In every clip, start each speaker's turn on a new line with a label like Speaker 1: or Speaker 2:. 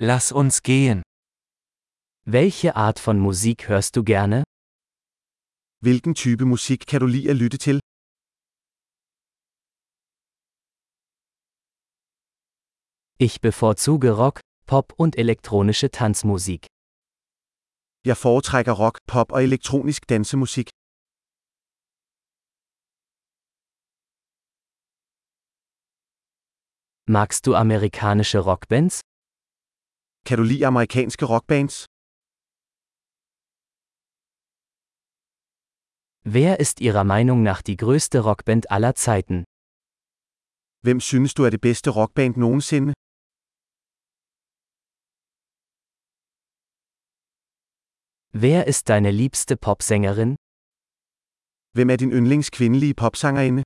Speaker 1: Lass uns gehen.
Speaker 2: Welche Art von Musik hörst du gerne?
Speaker 3: Hvilken type musik kan du lide at lytte til?
Speaker 2: Ich bevorzuge Rock, Pop und elektronische Tanzmusik.
Speaker 3: Jeg foretrækker rock, pop og elektronisk dansemusik.
Speaker 2: Magst du amerikanische Rockbands?
Speaker 3: Kan du lide amerikanske rockbands?
Speaker 2: Wer ist Ihrer Meinung nach die größte Rockband aller Zeiten?
Speaker 3: Hvem synes du er det bedste rockband nogensinde?
Speaker 2: Wer ist deine liebste Popsängerin?
Speaker 3: Hvem er din yndlings kvindelige popsangerinde?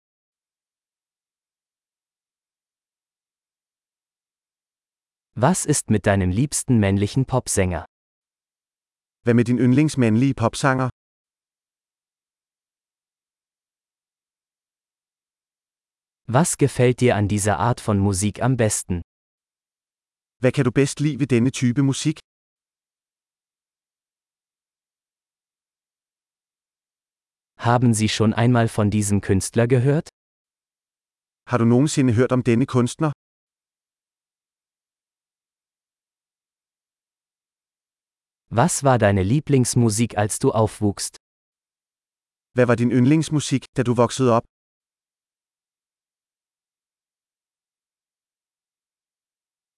Speaker 2: Was ist mit deinem liebsten männlichen Popsänger?
Speaker 3: Hvad med din yndlings mandlige popsanger?
Speaker 2: Was gefällt dir an dieser Art von Musik am besten?
Speaker 3: Hvad kan du bedst lide ved denne type musik?
Speaker 2: Haben Sie schon einmal von diesem Künstler gehört?
Speaker 3: Har du nogensinde hørt om denne kunstner?
Speaker 2: Was war deine Lieblingsmusik, als du aufwuchst?
Speaker 3: Hvad var din yndlingsmusik, da du voksede op?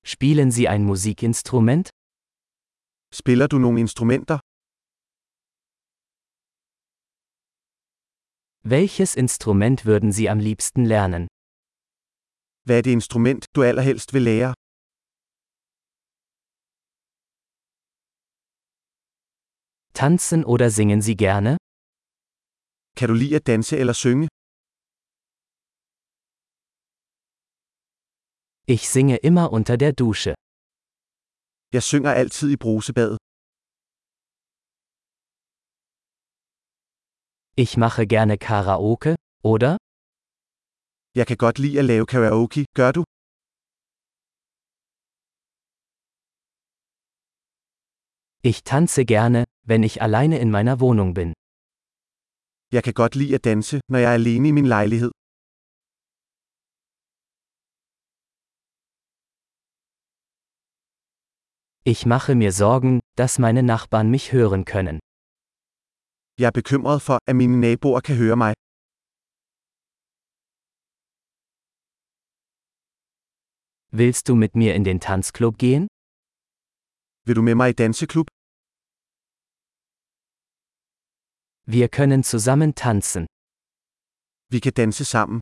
Speaker 2: Spielen Sie ein Musikinstrument?
Speaker 3: Spiller du nogle instrumenter?
Speaker 2: Welches Instrument würden Sie am liebsten lernen?
Speaker 3: Hvad er det instrument, du allerhelst vil lære?
Speaker 2: Tanzen oder singen Sie gerne?
Speaker 3: Kan du lide at danse eller synge?
Speaker 2: Ich singe immer unter der Dusche.
Speaker 3: Jeg synger altid i brusebadet.
Speaker 2: Ich mache gerne Karaoke, oder?
Speaker 3: Jeg kan godt lide at lave karaoke, gør du?
Speaker 2: Ich tanze gerne, wenn ich alleine in meiner Wohnung bin.
Speaker 3: Jeg kan godt lide at danse, når jeg er alene i min lejlighed.
Speaker 2: Ich mache mir Sorgen, dass meine Nachbarn mich hören können.
Speaker 3: Jeg er bekymret for, at mine naboer kan høre mig.
Speaker 2: Willst du mit mir in den Tanzclub gehen?
Speaker 3: Vil du med mig i danseklub?
Speaker 2: Wir können zusammen tanzen.
Speaker 3: Vi kan danse sammen.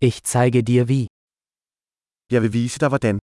Speaker 2: Ich zeige dir wie.
Speaker 3: Jeg vil vise dig hvordan.